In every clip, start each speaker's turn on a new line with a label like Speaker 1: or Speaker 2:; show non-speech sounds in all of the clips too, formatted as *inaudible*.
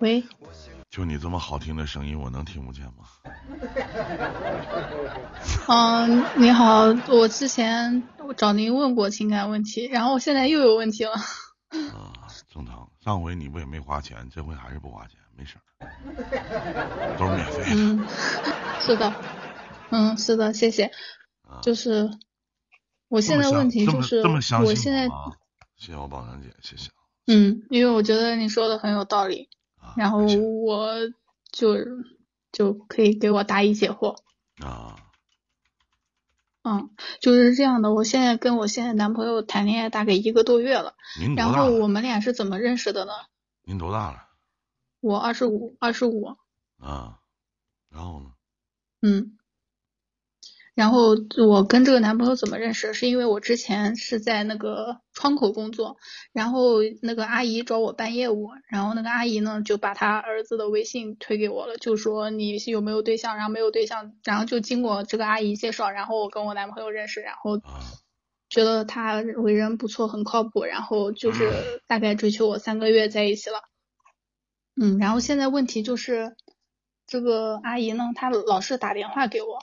Speaker 1: 喂，
Speaker 2: 就你这么好听的声音，我能听不见
Speaker 1: *laughs*
Speaker 2: 吗？
Speaker 1: 嗯，你好，我之前我找您问过情感问题，然后我现在又有问题了。
Speaker 2: 啊，正常。上回你不也没花钱，这回还是不花钱，没
Speaker 1: *laughs*
Speaker 2: 事儿，都是免费的。
Speaker 1: 嗯，是的，嗯，是的，谢谢。
Speaker 2: 啊，
Speaker 1: 就是我
Speaker 2: 这
Speaker 1: 现
Speaker 2: 么
Speaker 1: 在
Speaker 2: 相
Speaker 1: 问题
Speaker 2: 这
Speaker 1: 就
Speaker 2: 么
Speaker 1: 是，
Speaker 2: 这么相信
Speaker 1: 我现在
Speaker 2: 吗？谢谢我宝强姐，谢谢
Speaker 1: 嗯，因为我觉得你说的很有道理，
Speaker 2: 啊。
Speaker 1: 然后
Speaker 2: 没事
Speaker 1: 我就就可以给我答疑解惑。
Speaker 2: 啊，
Speaker 1: 嗯，就是这样的。我现在跟我现在男朋友谈恋爱大概一个多月了，
Speaker 2: 您多
Speaker 1: 然
Speaker 2: 大
Speaker 1: 后我
Speaker 2: 了？
Speaker 1: 们俩是怎么认识的呢？
Speaker 2: 您多大了？
Speaker 1: 我二十五，二十五，
Speaker 2: 啊，然后呢？
Speaker 1: 嗯。然后我跟这个男朋友怎么认识？是因为我之前是在那个窗口工作，然后那个阿姨找我办业务，然后那个阿姨呢就把她儿子的微信推给我了，就说你是有没有对象，然后没有对象，然后就经过这个阿姨介绍，然后我跟我男朋友认识，然后
Speaker 2: 啊
Speaker 1: 觉得他为人不错，很靠谱，然后就是大概追求我三个月在一起了。嗯，然后现在问题就是，这个阿姨呢，她老是打电话给我，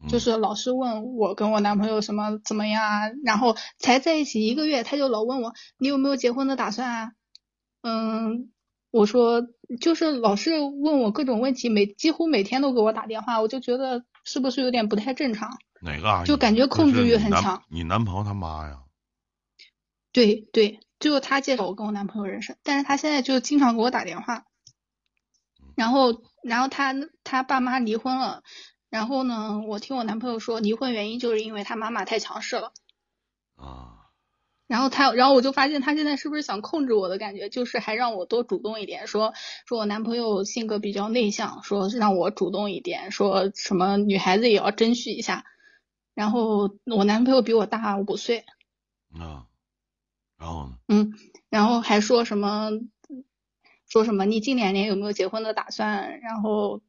Speaker 2: 嗯、
Speaker 1: 就是老是问我跟我男朋友什么怎么样啊，然后才在一起一个月，她就老问我你有没有结婚的打算啊？嗯，我说就是老是问我各种问题，每几乎每天都给我打电话，我就觉得是不是有点不太正常？
Speaker 2: 哪个阿姨？
Speaker 1: 就感觉
Speaker 2: 这
Speaker 1: 控制
Speaker 2: 是
Speaker 1: 欲
Speaker 2: 你
Speaker 1: 很
Speaker 2: 男
Speaker 1: 强。
Speaker 2: 你男朋友他妈呀？
Speaker 1: 对对，就是他介绍我跟我男朋友认识，但是他现在就经常给我打电话，然后然后他他爸妈离婚了，然后呢，我听我男朋友说，离婚原因就是因为他妈妈太强势了，
Speaker 2: 啊，
Speaker 1: 然后他然后我就发现他现在是不是想控制我的感觉，就是还让我多主动一点，说说我男朋友性格比较内向，说是让我主动一点，说什么女孩子也要争取一下，然后我男朋友比我大五岁。
Speaker 2: 啊，然后呢？
Speaker 1: 嗯，然后还说什么，说什么你近两年有没有结婚的打算？然后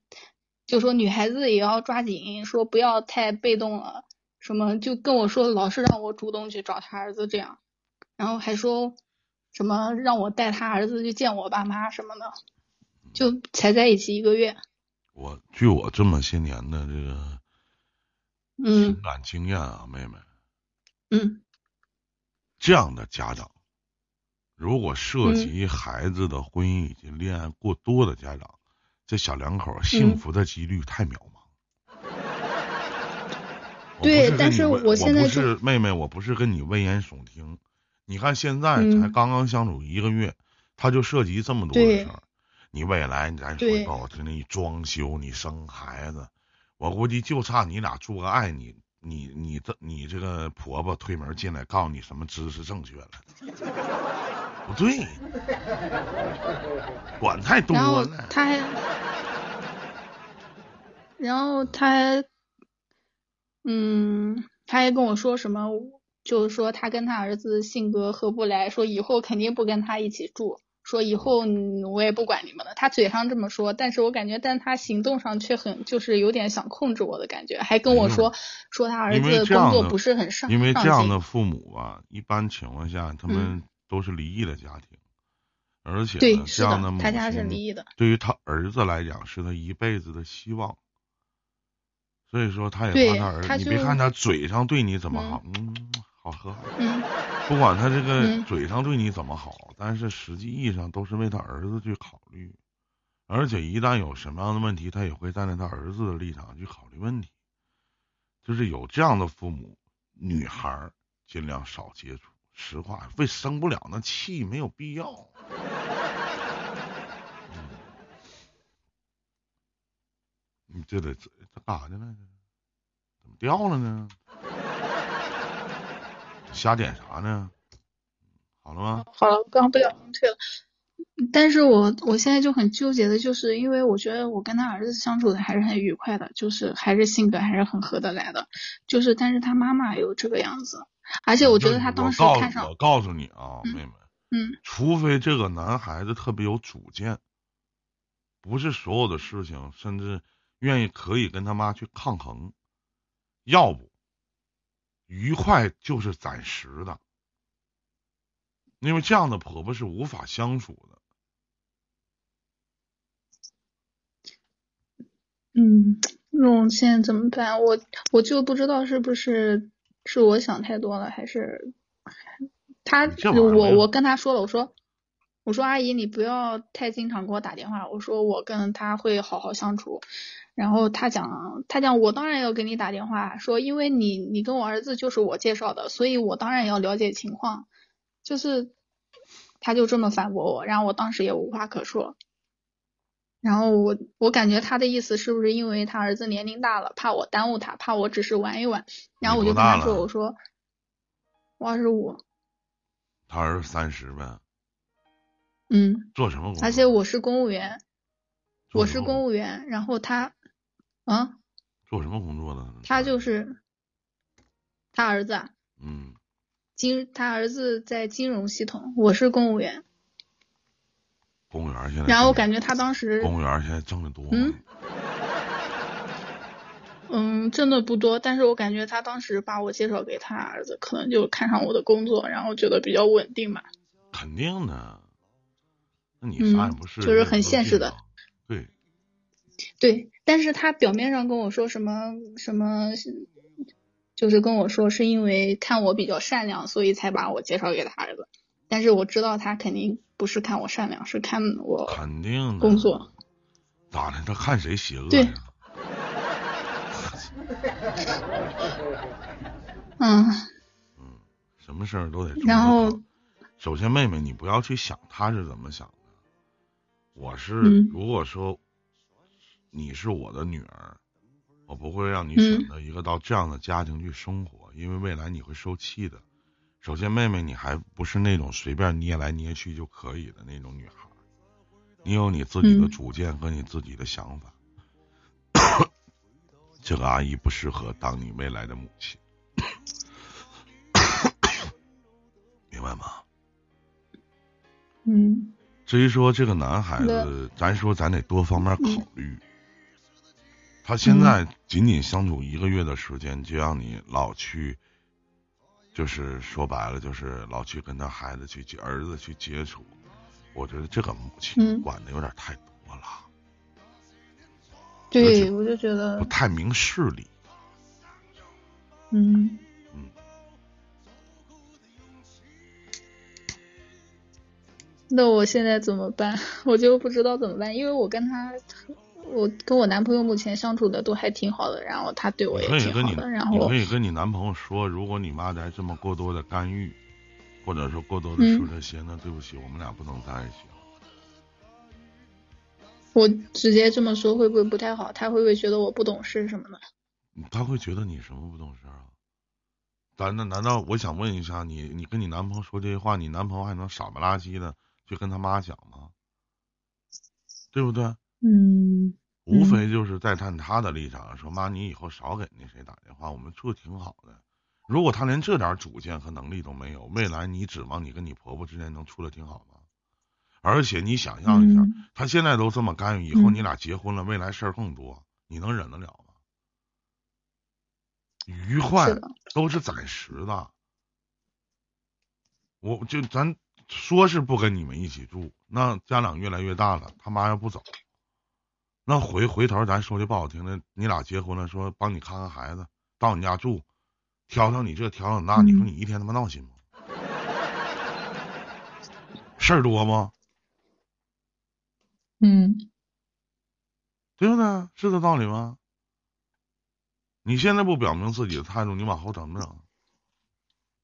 Speaker 1: 就说女孩子也要抓紧，说不要太被动了，什么就跟我说老是让我主动去找他儿子这样，然后还说什么让我带他儿子去见我爸妈什么的，就才在一起一个月，
Speaker 2: 我据我这么些年的这个情
Speaker 1: 嗯
Speaker 2: 感经验啊，妹妹，
Speaker 1: 嗯
Speaker 2: 这样的家长，如果
Speaker 1: 嗯
Speaker 2: 涉及孩子的婚姻以及恋爱过多的家长，这小两口
Speaker 1: 嗯
Speaker 2: 幸福的几率太渺茫。我不
Speaker 1: 对
Speaker 2: 跟
Speaker 1: 但
Speaker 2: 你
Speaker 1: 是
Speaker 2: 危
Speaker 1: 我现在
Speaker 2: 不
Speaker 1: 就是
Speaker 2: 妹妹，我不是跟你危言耸听。你看现在
Speaker 1: 嗯
Speaker 2: 才刚刚相处一个月，他就涉及这么多的
Speaker 1: 对
Speaker 2: 事儿。你未来你咱说
Speaker 1: 对
Speaker 2: 不好听的，你装修，你生孩子，我估计就差你俩做个爱，你你你这你这个婆婆推门进来，告诉你什么知识正确了，不对，管太多
Speaker 1: 然后
Speaker 2: 了。
Speaker 1: 他还，然后他还，嗯，他还跟我说什么，就是说他跟他儿子性格合不来，说以后肯定不跟他一起住，说以后嗯我也不管你们了。他嘴上这么说，但是我感觉，但他行动上却很就是有点想控制我的感觉，还跟我说说他儿
Speaker 2: 嗯因为
Speaker 1: 子
Speaker 2: 这
Speaker 1: 工
Speaker 2: 样
Speaker 1: 作
Speaker 2: 的，
Speaker 1: 不是很上
Speaker 2: 因为这
Speaker 1: 上
Speaker 2: 样
Speaker 1: 进，嗯
Speaker 2: 的父母啊，一般情况下他们都是离异的家庭，而且
Speaker 1: 对
Speaker 2: 呢，，
Speaker 1: 是
Speaker 2: 这样
Speaker 1: 的
Speaker 2: 的，母
Speaker 1: 他家是
Speaker 2: 亲
Speaker 1: 离异的，
Speaker 2: 对于他儿子来讲是他一辈子的希望，所以说他也
Speaker 1: 对
Speaker 2: 怕他儿子。
Speaker 1: 他
Speaker 2: 你
Speaker 1: 就
Speaker 2: 别看他嘴上对你怎么好，嗯，好和好，
Speaker 1: 嗯，
Speaker 2: 不管他这个
Speaker 1: 嗯
Speaker 2: 嘴上对你怎么好，但是实际意义上都是为他儿子去考虑，而且一旦有什么样的问题，他也会站在他儿子的立场去考虑问题。就是有这样的父母，女孩儿尽量少接触。实话，为生不了那气没有必要。嗯你这得这这干啥去了？怎么掉了呢？瞎点啥呢？嗯好了吗？
Speaker 1: 好了，我刚刚不小心退了。但是我我现在就很纠结的，就是因为我觉得我跟他儿子相处的还是很愉快的，就是还是性格还是很合得来的，就是但是他妈妈有这个样子，而且我觉得他当时
Speaker 2: 我告
Speaker 1: 看上，
Speaker 2: 我告诉你啊，
Speaker 1: 嗯
Speaker 2: 妹妹，
Speaker 1: 嗯
Speaker 2: 除非这个男孩子特别有主见，不是所有的事情，甚至愿意可以跟他妈去抗衡，要不愉快就是暂时的，因为这样的婆婆是无法相处的。
Speaker 1: 嗯，那种现在怎么办？我我就不知道是不是是我想太多了，还是他
Speaker 2: 你这玩意儿没
Speaker 1: 我
Speaker 2: 有
Speaker 1: 我跟他说了，我说我说阿姨你不要太经常给我打电话，我说我跟他会好好相处。然后他讲他讲我当然要给你打电话，说因为你你跟我儿子就是我介绍的，所以我当然要了解情况。就是他就这么反驳我，然后我当时也无话可说。然后我我感觉他的意思是不是因为他儿子年龄大了，怕我耽误他，怕我只是玩一玩。然后我
Speaker 2: 你
Speaker 1: 就
Speaker 2: 多
Speaker 1: 跟
Speaker 2: 大
Speaker 1: 他说：“
Speaker 2: 了
Speaker 1: 我说我二十五，
Speaker 2: 他儿子三十呗，
Speaker 1: 嗯，
Speaker 2: 做什么工作？
Speaker 1: 而且我是公务员，
Speaker 2: 做
Speaker 1: 我
Speaker 2: 什
Speaker 1: 是
Speaker 2: 么
Speaker 1: 公务员。然后他，啊，
Speaker 2: 做什么工作的？
Speaker 1: 他就是他儿子啊，
Speaker 2: 嗯，
Speaker 1: 金他儿子在金融系统，我是公务员。
Speaker 2: 公务员现在挣得。
Speaker 1: 然后我感觉他当时
Speaker 2: 哎公务员现在挣的多吗。啊
Speaker 1: 嗯嗯，挣的不多，但是我感觉他当时把我介绍给他儿子，可能就看上我的工作，然后觉得比较稳定嘛。
Speaker 2: 肯定的。那你
Speaker 1: 嗯
Speaker 2: 啥也不是，
Speaker 1: 就是
Speaker 2: 这
Speaker 1: 很
Speaker 2: 都
Speaker 1: 现
Speaker 2: 进
Speaker 1: 实的
Speaker 2: 了。对，
Speaker 1: 对，但是他表面上跟我说什么什么，就是跟我说是因为看我比较善良，所以才把我介绍给他儿子。但是我知道他肯定不是看我善良，是看我
Speaker 2: 肯定的。
Speaker 1: 工作。
Speaker 2: 咋的？他看谁啊邪恶
Speaker 1: 对
Speaker 2: 呀？
Speaker 1: 嗯，
Speaker 2: 嗯，什么事儿都得注意
Speaker 1: 然后
Speaker 2: 考首先，妹妹，你不要去想他是怎么想的。我是、
Speaker 1: 嗯
Speaker 2: 如果说你是我的女儿，我不会让你
Speaker 1: 嗯
Speaker 2: 选择一个到这样的家庭去生活，因为未来你会受气的。首先，妹妹，你还不是那种随便捏来捏去就可以的那种女孩儿，你有你自己的
Speaker 1: 嗯
Speaker 2: 主见和你自己的想法。这个阿姨不适合当你未来的母亲， *coughs* 明白吗？
Speaker 1: 嗯
Speaker 2: 至于说这个男孩子
Speaker 1: 那，嗯
Speaker 2: 咱说咱得多方面考虑。他现在仅仅相处一个月的时间，就让你老去，就是说白了，就是老去跟他孩子去接儿子去接触。我觉得这个母亲
Speaker 1: 嗯
Speaker 2: 管的有点太多了，
Speaker 1: 对，我就觉得
Speaker 2: 不太明事理。
Speaker 1: 嗯
Speaker 2: 嗯，
Speaker 1: 那我现在怎么办？ *laughs* 我就不知道怎么办，因为我跟他，我跟我男朋友目前相处的都还挺好的，然后他对我
Speaker 2: 你
Speaker 1: 也
Speaker 2: 可以
Speaker 1: 挺
Speaker 2: 跟
Speaker 1: 好
Speaker 2: 你
Speaker 1: 的，然，
Speaker 2: 你
Speaker 1: 后
Speaker 2: 可以跟你男朋友说，如果你妈再这么过多的干预，或者说过多的
Speaker 1: 嗯
Speaker 2: 说这些，那对不起，我们俩不能在一起了。
Speaker 1: 我直接这么说会不会不太好？他会不会觉得我不懂事什么的？
Speaker 2: 嗯他会觉得你什么不懂事儿啊？难道难道我想问一下你，你跟你男朋友说这些话，你男朋友还能傻不拉几的去跟他妈讲吗？对不对？
Speaker 1: 嗯
Speaker 2: 无
Speaker 1: 嗯
Speaker 2: 非就是在站他的立场说，妈，你以后少给那谁打电话，我们处的挺好的。如果他连这点主见和能力都没有，未来你指望你跟你婆婆之间能处的挺好吗？而且你想象一下，
Speaker 1: 嗯
Speaker 2: 他现在都这么干预，以后
Speaker 1: 嗯
Speaker 2: 你俩结婚了，未来事儿更多，你能忍得了吗？愉快
Speaker 1: 是的
Speaker 2: 都是暂时的。我就咱说是不跟你们一起住，那家长越来越大了，他妈要不走，那回回头咱说句不好听的，你俩结婚了，说帮你看看孩子，到你家住，挑挑你这挑挑你那，
Speaker 1: 嗯
Speaker 2: 你说你一天他妈闹心吗？事儿多吗？
Speaker 1: 嗯
Speaker 2: 对不对？是这道理吗？你现在不表明自己的态度，你往后整不整？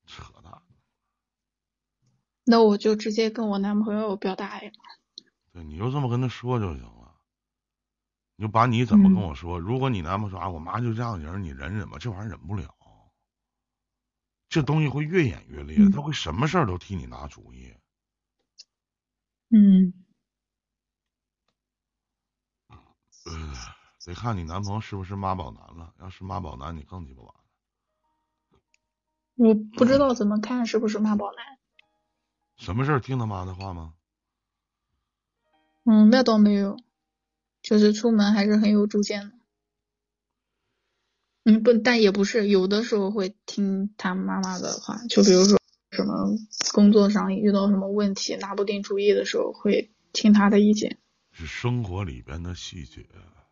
Speaker 2: 扯淡！
Speaker 1: 那我就直接跟我男朋友表达爱。
Speaker 2: 对，你就这么跟他说就行了。你就把你怎么
Speaker 1: 嗯
Speaker 2: 跟我说。如果你男朋友说啊，我妈就这样人，你忍忍吧，这玩意儿忍不了。这东西会越演越烈，
Speaker 1: 嗯
Speaker 2: 他会什么事儿都替你拿主意。
Speaker 1: 嗯
Speaker 2: 呃，得看你男朋友是不是妈宝男了。要是妈宝男，你更鸡巴完了。
Speaker 1: 我不
Speaker 2: 嗯
Speaker 1: 知道怎么看是不是妈宝男。
Speaker 2: 什么事儿听他妈的话吗？
Speaker 1: 嗯，那倒没有，就是出门还是很有主见的。嗯，不，但也不是，有的时候会听他妈妈的话，就比如说什么工作上遇到什么问题拿不定主意的时候，会听他的意见。
Speaker 2: 是生活里边的细节。啊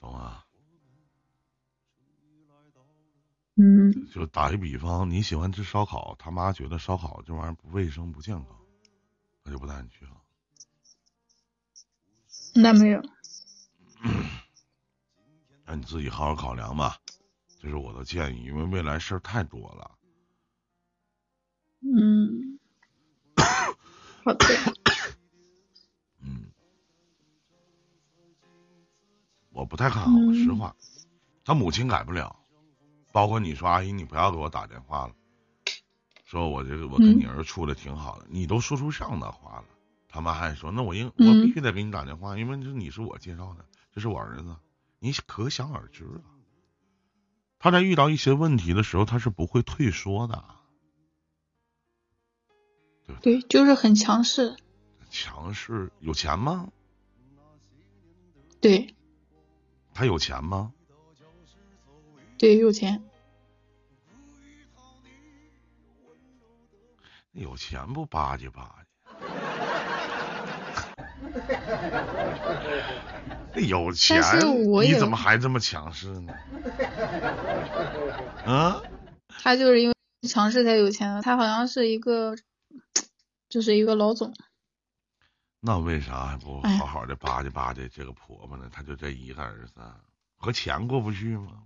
Speaker 2: 懂吗？
Speaker 3: 嗯
Speaker 2: 就打一比方，你喜欢吃烧烤，他妈觉得烧烤这玩意儿不卫生不健康，他就不带你去了。
Speaker 3: 那没有，
Speaker 2: 那哎你自己好好考量吧，这是我的建议，因为未来事儿太多了。
Speaker 3: 嗯，好的，
Speaker 2: 嗯，我不太看好，实话。他母亲改不了，包括你说阿姨，你不要给我打电话了，说我这个我跟你儿处的挺好的，你都说出上当话了。他妈还说，那我应我必须得给你打电话，因为这你是我介绍的，这是我儿子，你可想而知啊。他在遇到一些问题的时候，他是不会退缩的。对不对
Speaker 3: 对，就是很强势，
Speaker 2: 强势有钱吗？
Speaker 3: 对
Speaker 2: 他有钱吗？
Speaker 3: 对，有钱，
Speaker 2: 有钱不巴结巴
Speaker 1: *laughs*
Speaker 2: 结？那有钱
Speaker 1: 但是我，
Speaker 2: 你
Speaker 1: 也
Speaker 2: 怎么还这么强势呢？啊，
Speaker 3: 他就是因为强势才有钱的，他好像是一个，就是一个老总，
Speaker 2: 那为啥还不
Speaker 3: 哎
Speaker 2: 好好的巴结巴结这个婆婆呢？她就这一个儿子，啊和钱过不去吗？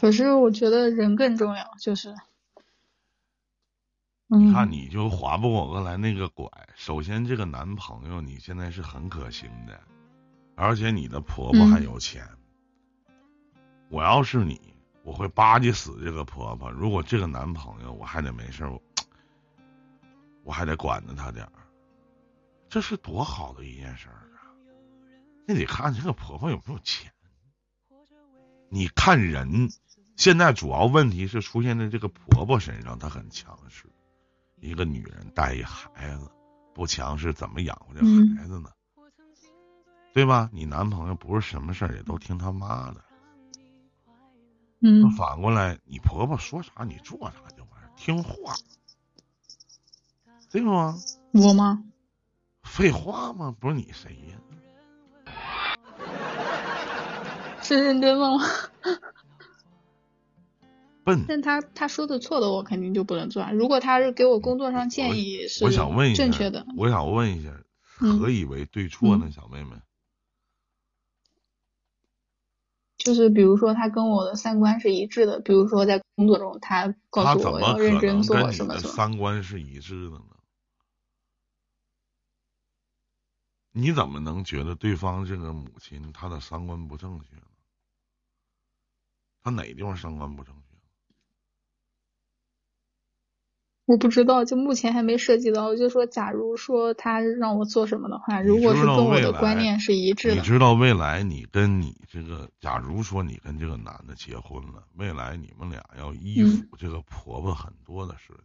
Speaker 3: 可是我觉得人更重要，就是，
Speaker 2: 你看
Speaker 3: 嗯，
Speaker 2: 你就划不过我来那个拐。首先，这个男朋友你现在是很可心的，而且你的婆婆
Speaker 3: 嗯
Speaker 2: 还有钱。我要是你，我会巴结死这个婆婆。如果这个男朋友，我还得没事儿，我我还得管着他点儿。这是多好的一件事儿啊！那得看这个婆婆有没有钱。你看人，现在主要问题是出现在这个婆婆身上，她很强势。一个女人带一孩子，不强势怎么养活这
Speaker 3: 嗯
Speaker 2: 孩子呢？对吧？你男朋友不是什么事儿也都听他妈的。那
Speaker 3: 嗯，
Speaker 2: 反过来，你婆婆说啥你做啥就完事儿，听话，对吗？
Speaker 3: 我吗？
Speaker 2: 废话吗？不是你谁呀？
Speaker 3: 是认真问我，
Speaker 2: 笨。
Speaker 1: *laughs* 但他他说的错的，我肯定就不能做啊。如果他是给我工作上建议是
Speaker 2: 我想问一下，
Speaker 1: 正确的，嗯
Speaker 2: 我想问一下，
Speaker 3: 嗯
Speaker 2: 何以为对错呢？小妹妹，
Speaker 1: 就是比如说他跟我的三观是一致的，比如说在工作中他告
Speaker 2: 她
Speaker 1: 诉
Speaker 2: 怎
Speaker 1: 我
Speaker 2: 么
Speaker 1: 要
Speaker 2: 可
Speaker 1: 认
Speaker 2: 能
Speaker 1: 真
Speaker 2: 跟
Speaker 1: 做
Speaker 2: 你
Speaker 1: 什么
Speaker 2: 的
Speaker 1: 什么，
Speaker 2: 三观是一致的呢？你怎么能觉得对方这个母亲她的三观不正确呢？她哪地方三观不正确？
Speaker 3: 我不知道，就目前还没涉及到。我就说，假如说他让我做什么的话，
Speaker 2: 你
Speaker 3: 如果
Speaker 2: 知
Speaker 3: 是
Speaker 2: 道
Speaker 3: 跟我
Speaker 2: 未
Speaker 3: 的
Speaker 2: 来
Speaker 3: 观念是一致
Speaker 2: 你
Speaker 3: 的，
Speaker 2: 知道未来你跟你这个，假如说你跟这个男的结婚了，未来你们俩要依
Speaker 3: 嗯
Speaker 2: 附这个婆婆很多的事情，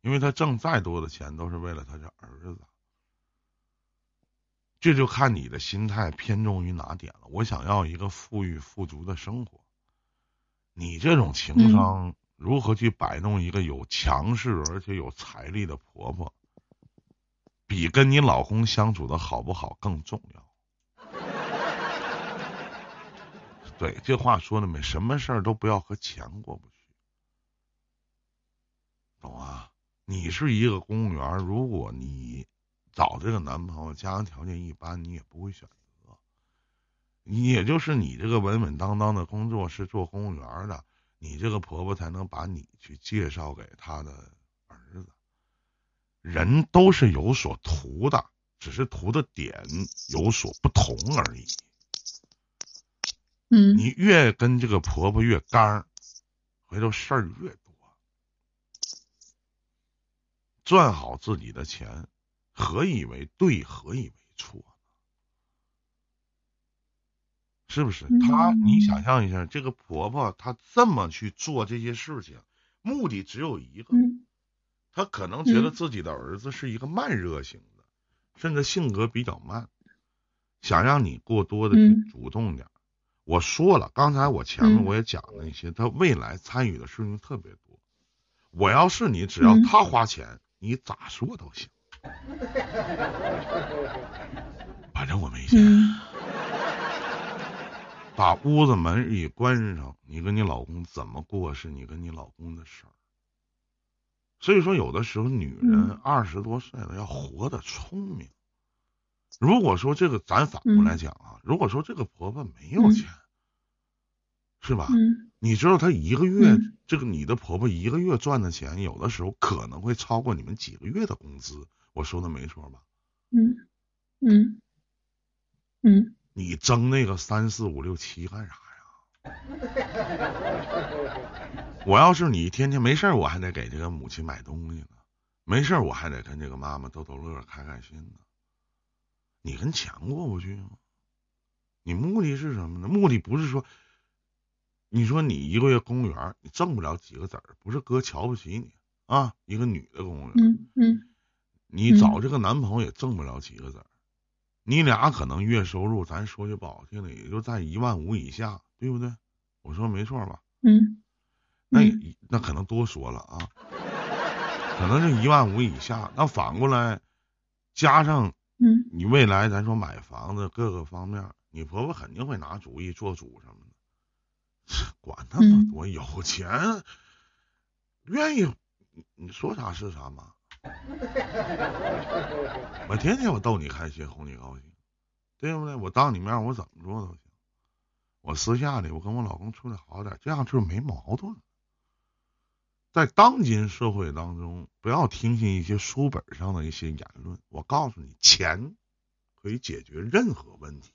Speaker 2: 因为她挣再多的钱都是为了她这儿子。这就看你的心态偏重于哪点了。我想要一个富裕富足的生活，你这种情
Speaker 3: 嗯
Speaker 2: 商如何去摆弄一个有强势而且有财力的婆婆，比跟你老公相处的好不好更重要。 *laughs* 对，这话说的美，什么事儿都不要和钱过不去，懂啊？你是一个公务员儿，如果你找这个男朋友家庭条件一般，你也不会选择。你也就是你这个稳稳当当的工作是做公务员儿的，你这个婆婆才能把你去介绍给她的儿子。人都是有所图的，只是图的点有所不同而已。
Speaker 3: 嗯
Speaker 2: 你越跟这个婆婆越刚儿，回头事儿越多。赚好自己的钱，何以为对，何以为错呢？是不是？她，你
Speaker 3: 嗯
Speaker 2: 想象一下，这个婆婆她这么去做这些事情，目的只有一个，
Speaker 3: 嗯
Speaker 2: 她可能觉得
Speaker 3: 嗯
Speaker 2: 自己的儿子是一个慢热型的，甚至性格比较慢，想让你过多的去
Speaker 3: 嗯
Speaker 2: 主动点儿。我说了，刚才我前面
Speaker 3: 嗯
Speaker 2: 我也讲了一些，他未来参与的事情特别多。我要是你，只要
Speaker 3: 嗯
Speaker 2: 他花钱，你咋 *laughs* 说都行。反正我没钱， *laughs*
Speaker 3: 嗯
Speaker 2: 把屋子门一关上，你跟你老公怎么过是你跟你老公的事儿。所以说，有的时候女人
Speaker 3: 嗯
Speaker 2: 二十多岁了要活得聪明。如果说这个咱反过来讲啊，如果说这个婆婆没有
Speaker 3: 嗯
Speaker 2: 钱，是吧？
Speaker 3: 嗯
Speaker 2: 你知道她一个月、
Speaker 3: 嗯
Speaker 2: 这个你的婆婆一个月赚的钱，有的时候可能会超过你们几个月的工资。我说的没错吧？
Speaker 3: 嗯嗯嗯
Speaker 2: 你争那个三四五六七干啥呀？我要是你，天天没事儿我还得给这个母亲买东西呢，没事儿我还得跟这个妈妈逗逗乐儿、开开心呢。你跟钱过不去吗？你目的是什么呢？目的不是说，你说你一个月公务员儿，你挣不了几个子儿，不是哥瞧不起你啊，一个女的公务员，
Speaker 3: 嗯嗯
Speaker 2: 你找这个男朋友也挣不了几个子儿，你俩可能月收入，咱说句不好听的，也就在一万五以下，对不对？我说没错吧？
Speaker 3: 嗯，
Speaker 2: 那也
Speaker 3: 嗯
Speaker 2: 那可能多说了啊，可能是一万五以下。那反过来，加上
Speaker 3: 嗯
Speaker 2: 你未来咱说买房子各个方面，你婆婆肯定会拿主意做主什么的，管那么
Speaker 3: 嗯
Speaker 2: 多，有钱愿意，你你说啥是啥嘛。我天天我逗你开心，哄你高兴，对不对？我当你面我怎么做都行，我私下里我跟我老公处的好点，这样就没矛盾了。在当今社会当中，不要听信一些书本上的一些言论。我告诉你，钱可以解决任何问题，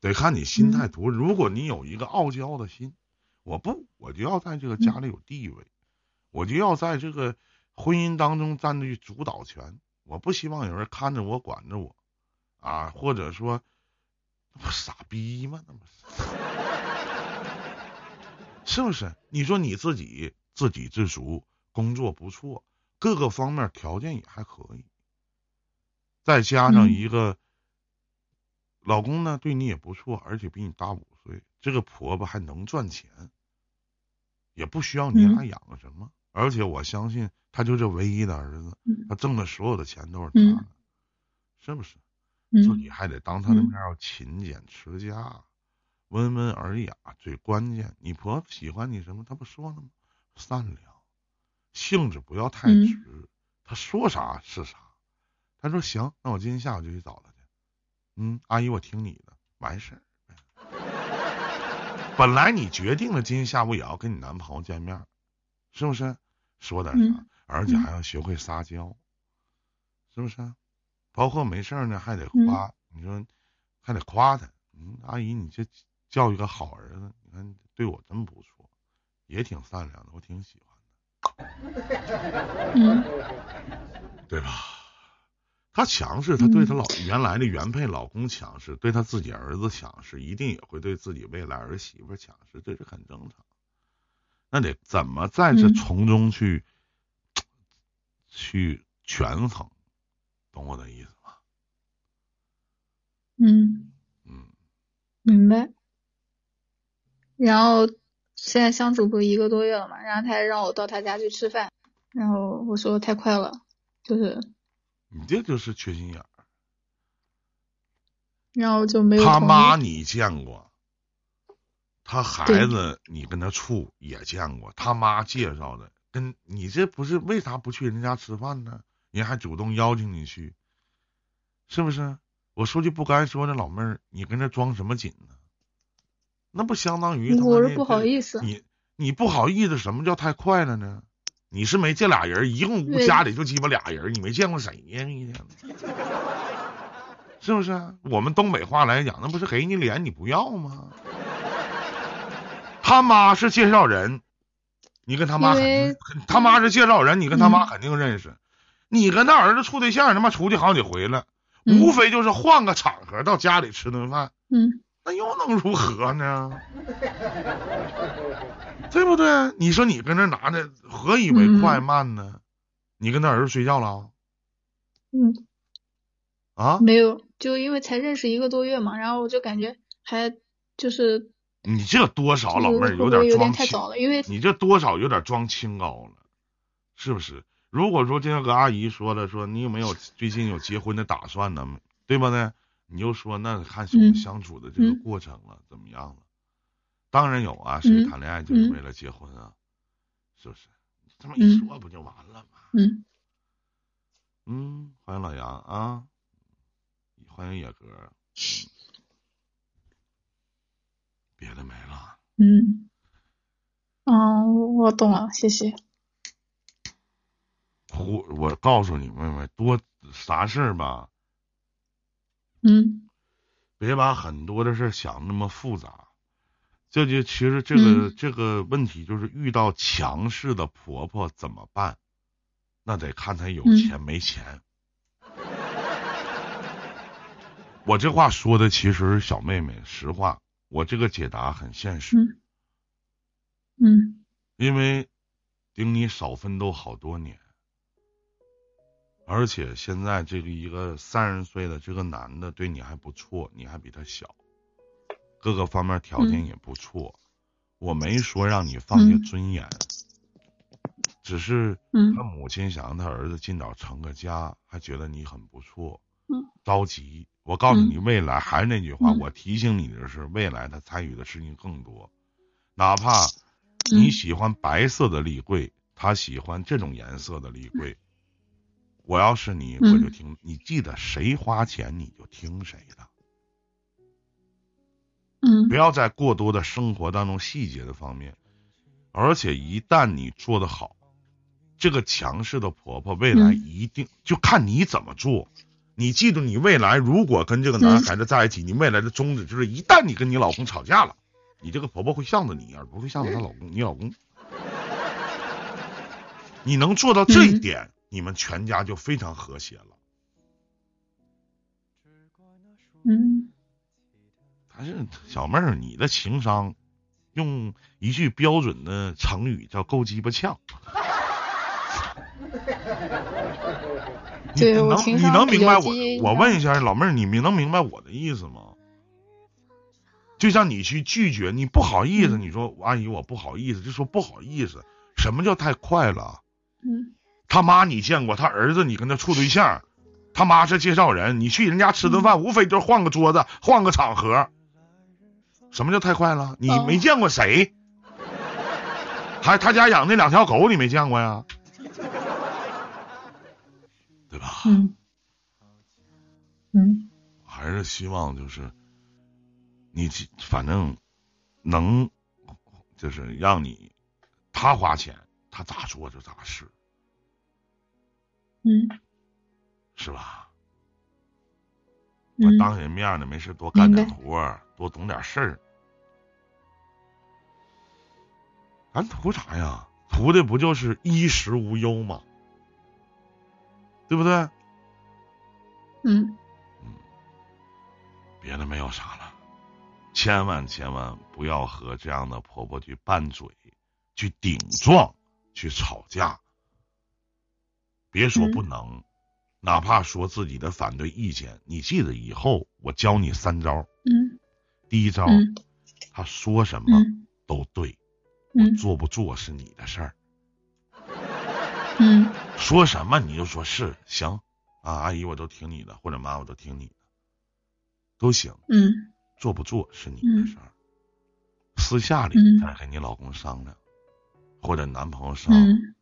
Speaker 2: 得看你心态图。如果你有一个傲娇的心，我不，我就要在这个家里有地位，我就要在这个婚姻当中占据主导权。我不希望有人看着我、管着我，啊，或者说，那不傻逼吗？那不是，是不是？你说你自己自给自足，工作不错，各个方面条件也还可以，再加上
Speaker 3: 嗯
Speaker 2: 一个、老公呢对你也不错，而且比你大五岁，这个婆婆还能赚钱，也不需要你
Speaker 3: 嗯
Speaker 2: 俩养着什么，而且我相信她就这唯一的儿子，
Speaker 3: 嗯
Speaker 2: 她挣的所有的钱都是她
Speaker 3: 嗯
Speaker 2: 的，是不是？所以
Speaker 3: 嗯
Speaker 2: 还得当她的
Speaker 3: 嗯
Speaker 2: 面儿要勤俭持家，啊温文尔雅，最关键。你婆婆喜欢你什么？她不说了吗？善良，性子不要太
Speaker 3: 嗯
Speaker 2: 直，她说啥是啥。她说行，那我今天下午就去找她去。嗯，阿姨，我听你的，完事儿。 *laughs* 本来你决定了今天下午也要跟你男朋友见面儿，是不是？说点啥，
Speaker 3: 嗯
Speaker 2: 而且
Speaker 3: 嗯
Speaker 2: 还要学会撒娇，是不是？包括没事儿呢，还得
Speaker 3: 嗯
Speaker 2: 夸，你说还得夸他。嗯，阿姨，你这教育个好儿子，你看对我真不错，也挺善良的，我挺喜欢
Speaker 3: 嗯
Speaker 2: 的，对吧？她强势，她对她
Speaker 3: 嗯
Speaker 2: 老、原来的原配老公强势，对她自己儿子强势，一定也会对自己未来儿媳妇儿强势，这是很正常。那得怎么在这
Speaker 3: 嗯
Speaker 2: 从中去、去权衡，懂我的意思吗？
Speaker 3: 嗯，
Speaker 2: 嗯。
Speaker 3: 明白。然后现在相处不是一个多月了嘛，然后他还让我到他家去吃饭，然后我说太快了，就是
Speaker 2: 你这就是缺心眼儿。
Speaker 3: 然后就没有
Speaker 2: 他
Speaker 3: 同意
Speaker 2: 妈你见过，他孩
Speaker 3: 对
Speaker 2: 子你跟他处也见过，他妈介绍的，跟你这不是为啥不去人家吃饭呢？人还主动邀请你去，是不是？我说句不该说的，老妹儿，你跟这装什么紧呢？那不相当于他妈
Speaker 3: 我
Speaker 2: 那
Speaker 3: 是不好意思
Speaker 2: 你你不好意思，什么叫太快了呢？你是没这俩人儿，一共屋
Speaker 3: 对
Speaker 2: 家里就鸡巴俩人儿，你没见过谁呀？一天，是不是啊？我们东北话来讲，那不是给你脸你不要吗？他妈是介绍人，你跟他妈肯
Speaker 3: 因
Speaker 2: 定
Speaker 3: 为，
Speaker 2: 他妈是介绍人，你跟他妈
Speaker 3: 嗯
Speaker 2: 肯定认识。你跟他儿子处对象，他妈出去好几回了，
Speaker 3: 嗯
Speaker 2: 无非就是换个场合到家里吃顿饭，
Speaker 3: 嗯
Speaker 2: 那又能如何呢？对不对？你说你跟这拿着，何以为快慢呢？你跟他儿子睡觉了
Speaker 3: 嗯
Speaker 2: 啊？
Speaker 3: 没有，就因为才认识一个多月嘛，然后我就感觉还就是
Speaker 2: 你这多少老妹
Speaker 3: 就是会
Speaker 2: 儿
Speaker 3: 不
Speaker 2: 点
Speaker 3: 嗯会有
Speaker 2: 装
Speaker 3: 点太
Speaker 2: 清，
Speaker 3: 早了，因为
Speaker 2: 你这多少有点装清高了，是不是？如果说今天个阿姨说了，说你有没有最近有结婚的打算呢？对吧？呢，你就说那得看你
Speaker 3: 嗯
Speaker 2: 相处的这个
Speaker 3: 嗯
Speaker 2: 过程了，怎么样了？当然有啊，谁
Speaker 3: 嗯
Speaker 2: 谈恋爱就是
Speaker 3: 嗯
Speaker 2: 为了结婚啊？是不是？这么一
Speaker 3: 嗯
Speaker 2: 说不就完了吗？
Speaker 3: 嗯，
Speaker 2: 嗯，欢迎老杨啊，欢迎野哥，嗯别的没了。
Speaker 3: 嗯，嗯，我懂了，谢谢。
Speaker 2: 胡，我告诉你妹妹，多啥事儿吧，
Speaker 3: 嗯
Speaker 2: 别把很多的事儿想那么复杂。这就其实这个、
Speaker 3: 嗯
Speaker 2: 这个问题就是遇到强势的婆婆怎么办？那得看她有
Speaker 3: 嗯
Speaker 2: 钱没钱。我这话说的其实小妹妹，实话，我这个解答很现实，
Speaker 3: 嗯嗯
Speaker 2: 因为顶你少奋斗好多年，而且现在这个一个三十岁的这个男的对你还不错，你还比他小，各个方面条件
Speaker 3: 嗯
Speaker 2: 也不错，我没说让你放下
Speaker 3: 嗯
Speaker 2: 尊严，只是
Speaker 3: 嗯
Speaker 2: 他母亲想让他儿子尽早成个家，还觉得你很不错，
Speaker 1: 嗯
Speaker 2: 着急。我告诉你，未来还是那句话，
Speaker 3: 嗯
Speaker 2: 我提醒你的是，未来他参与的事情更多，哪怕你
Speaker 3: 嗯
Speaker 2: 喜欢白色的立柜，他喜欢这种颜色的立柜。我要是你，我就
Speaker 3: 嗯
Speaker 2: 听。你记得谁花钱你就听谁的，
Speaker 3: 嗯
Speaker 2: 不要在过多的生活当中细节的方面。而且一旦你做得好，这个强势的婆婆未来
Speaker 3: 嗯
Speaker 2: 一定、就看你怎么做。你记住，你未来如果跟这个男
Speaker 3: 嗯
Speaker 2: 孩子在一起，你未来的宗旨就是，一旦你跟你老公吵架了，你这个婆婆会向着你，而不会向着她老公，你
Speaker 3: *laughs*
Speaker 2: 老公。你能做到这一
Speaker 3: 嗯
Speaker 2: 点，你们全家就非常和谐了。
Speaker 3: 嗯
Speaker 2: 但是小妹儿，你的情商，用一句标准的成语叫够鸡巴
Speaker 1: *laughs*
Speaker 2: 呛。你
Speaker 1: 对
Speaker 2: 你
Speaker 1: 我
Speaker 2: 能
Speaker 1: 情
Speaker 2: 你
Speaker 1: 商
Speaker 2: 能
Speaker 1: 比
Speaker 2: 明
Speaker 1: 较嗯
Speaker 2: 白
Speaker 1: 鸡
Speaker 2: 我我问一下老妹儿，你明能明白我的意思吗？就像你去拒绝，你不好意思，
Speaker 3: 嗯
Speaker 2: 你说阿姨我不好意思，就说不好意思。什么叫太快了？啊
Speaker 3: 嗯
Speaker 2: 他妈你见过，他儿子你跟他处对象，他妈是介绍人，你去人家吃顿饭，无非就是换个桌子，换个场合。什么叫太快了？你
Speaker 1: 哦
Speaker 2: 没见过谁？还他家养那两条狗你没见过呀？对吧？
Speaker 3: 嗯嗯
Speaker 2: 还是希望就是你去反正能就是让你他花钱，他咋说就咋是，
Speaker 3: 嗯
Speaker 2: 是吧？
Speaker 3: 嗯，
Speaker 2: 当人面儿呢，没事多干点
Speaker 3: 明
Speaker 2: 活儿，多懂点事儿。咱图啥呀？图的不就是衣食无忧吗？对不对？
Speaker 3: 嗯
Speaker 2: 别的没有啥了，千万千万不要和这样的婆婆去拌嘴、去顶撞、去吵架。别说
Speaker 3: 嗯
Speaker 2: 不能，哪怕说自己的反对意见，你记得以后我教你三招。
Speaker 3: 嗯
Speaker 2: 第一招，
Speaker 3: 嗯
Speaker 2: 她说什么
Speaker 3: 嗯
Speaker 2: 都对，
Speaker 3: 嗯
Speaker 2: 做不做是你的事儿。
Speaker 3: 嗯
Speaker 2: 说什么你就说是行啊，阿姨我都听你的，或者妈我都听你的，都行。
Speaker 3: 嗯
Speaker 2: 做不做是你的事儿，私下里
Speaker 3: 嗯
Speaker 2: 再跟你老公商量，或者男朋友商量，
Speaker 3: 嗯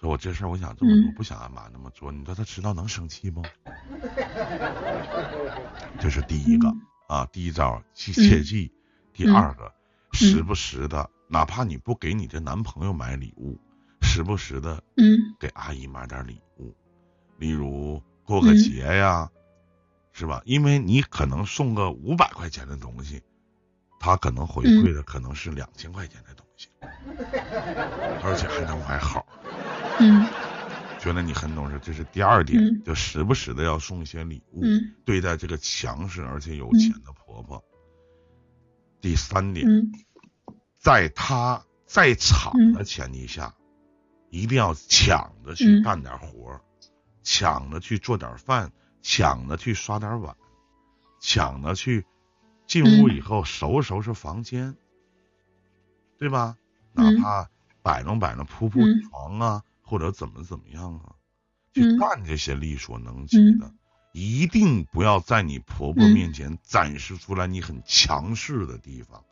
Speaker 2: 说我这事儿我想这么做，
Speaker 3: 嗯
Speaker 2: 不想俺妈那么做。你说他知道能生气不？ *laughs* 这是第一个啊，第一招
Speaker 3: 嗯
Speaker 2: 记切记。第二个，时不时的，哪怕你不给你的男朋友买礼物，时不时的
Speaker 3: 嗯
Speaker 2: 给阿姨买点礼物，例如过个
Speaker 3: 嗯
Speaker 2: 节呀，是吧？因为你可能送个五百块钱的东西，他可能回
Speaker 3: 嗯
Speaker 2: 馈的可能是两千块钱的东西，而且还能买好。
Speaker 3: 嗯
Speaker 2: 觉得你很懂事，这是第二点，
Speaker 3: 嗯
Speaker 2: 就时不时的要送一些礼物，
Speaker 3: 嗯
Speaker 2: 对待这个强势而且有
Speaker 3: 嗯
Speaker 2: 钱的婆婆。第三点，
Speaker 3: 嗯
Speaker 2: 在她在场的前提下，一定要抢着去
Speaker 3: 嗯
Speaker 2: 干点活儿，抢着去做点饭，抢着去刷点碗，抢着去进屋
Speaker 3: 嗯
Speaker 2: 以后收拾收拾房间，对吧？哪
Speaker 3: 嗯
Speaker 2: 怕摆弄摆弄铺铺
Speaker 3: 嗯
Speaker 2: 床啊，或者怎么怎么样啊，去
Speaker 3: 嗯
Speaker 2: 干这些力所能及的。一定不要在你婆婆面前展示出来你很强势的地方，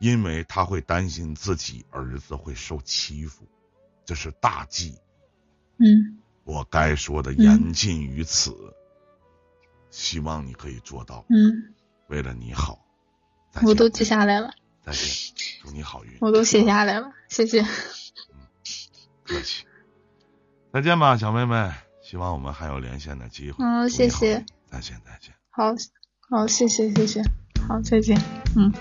Speaker 2: 因为她会担心自己儿子会受欺负，这是大忌。
Speaker 1: 嗯，
Speaker 2: 我该说的言尽于此，希望你可以做到。
Speaker 1: 嗯，
Speaker 2: 为了你好，再见
Speaker 1: 我都记下来了，
Speaker 2: 再见，祝你好运。
Speaker 1: 我都写下来了，谢谢。
Speaker 2: 客气。再见吧，小妹妹，希望我们还有连线的机会。
Speaker 1: 嗯
Speaker 2: 祝你
Speaker 1: 谢谢
Speaker 2: 好运。再见，再见。
Speaker 1: 好，好，谢谢，谢谢，好，再见，嗯。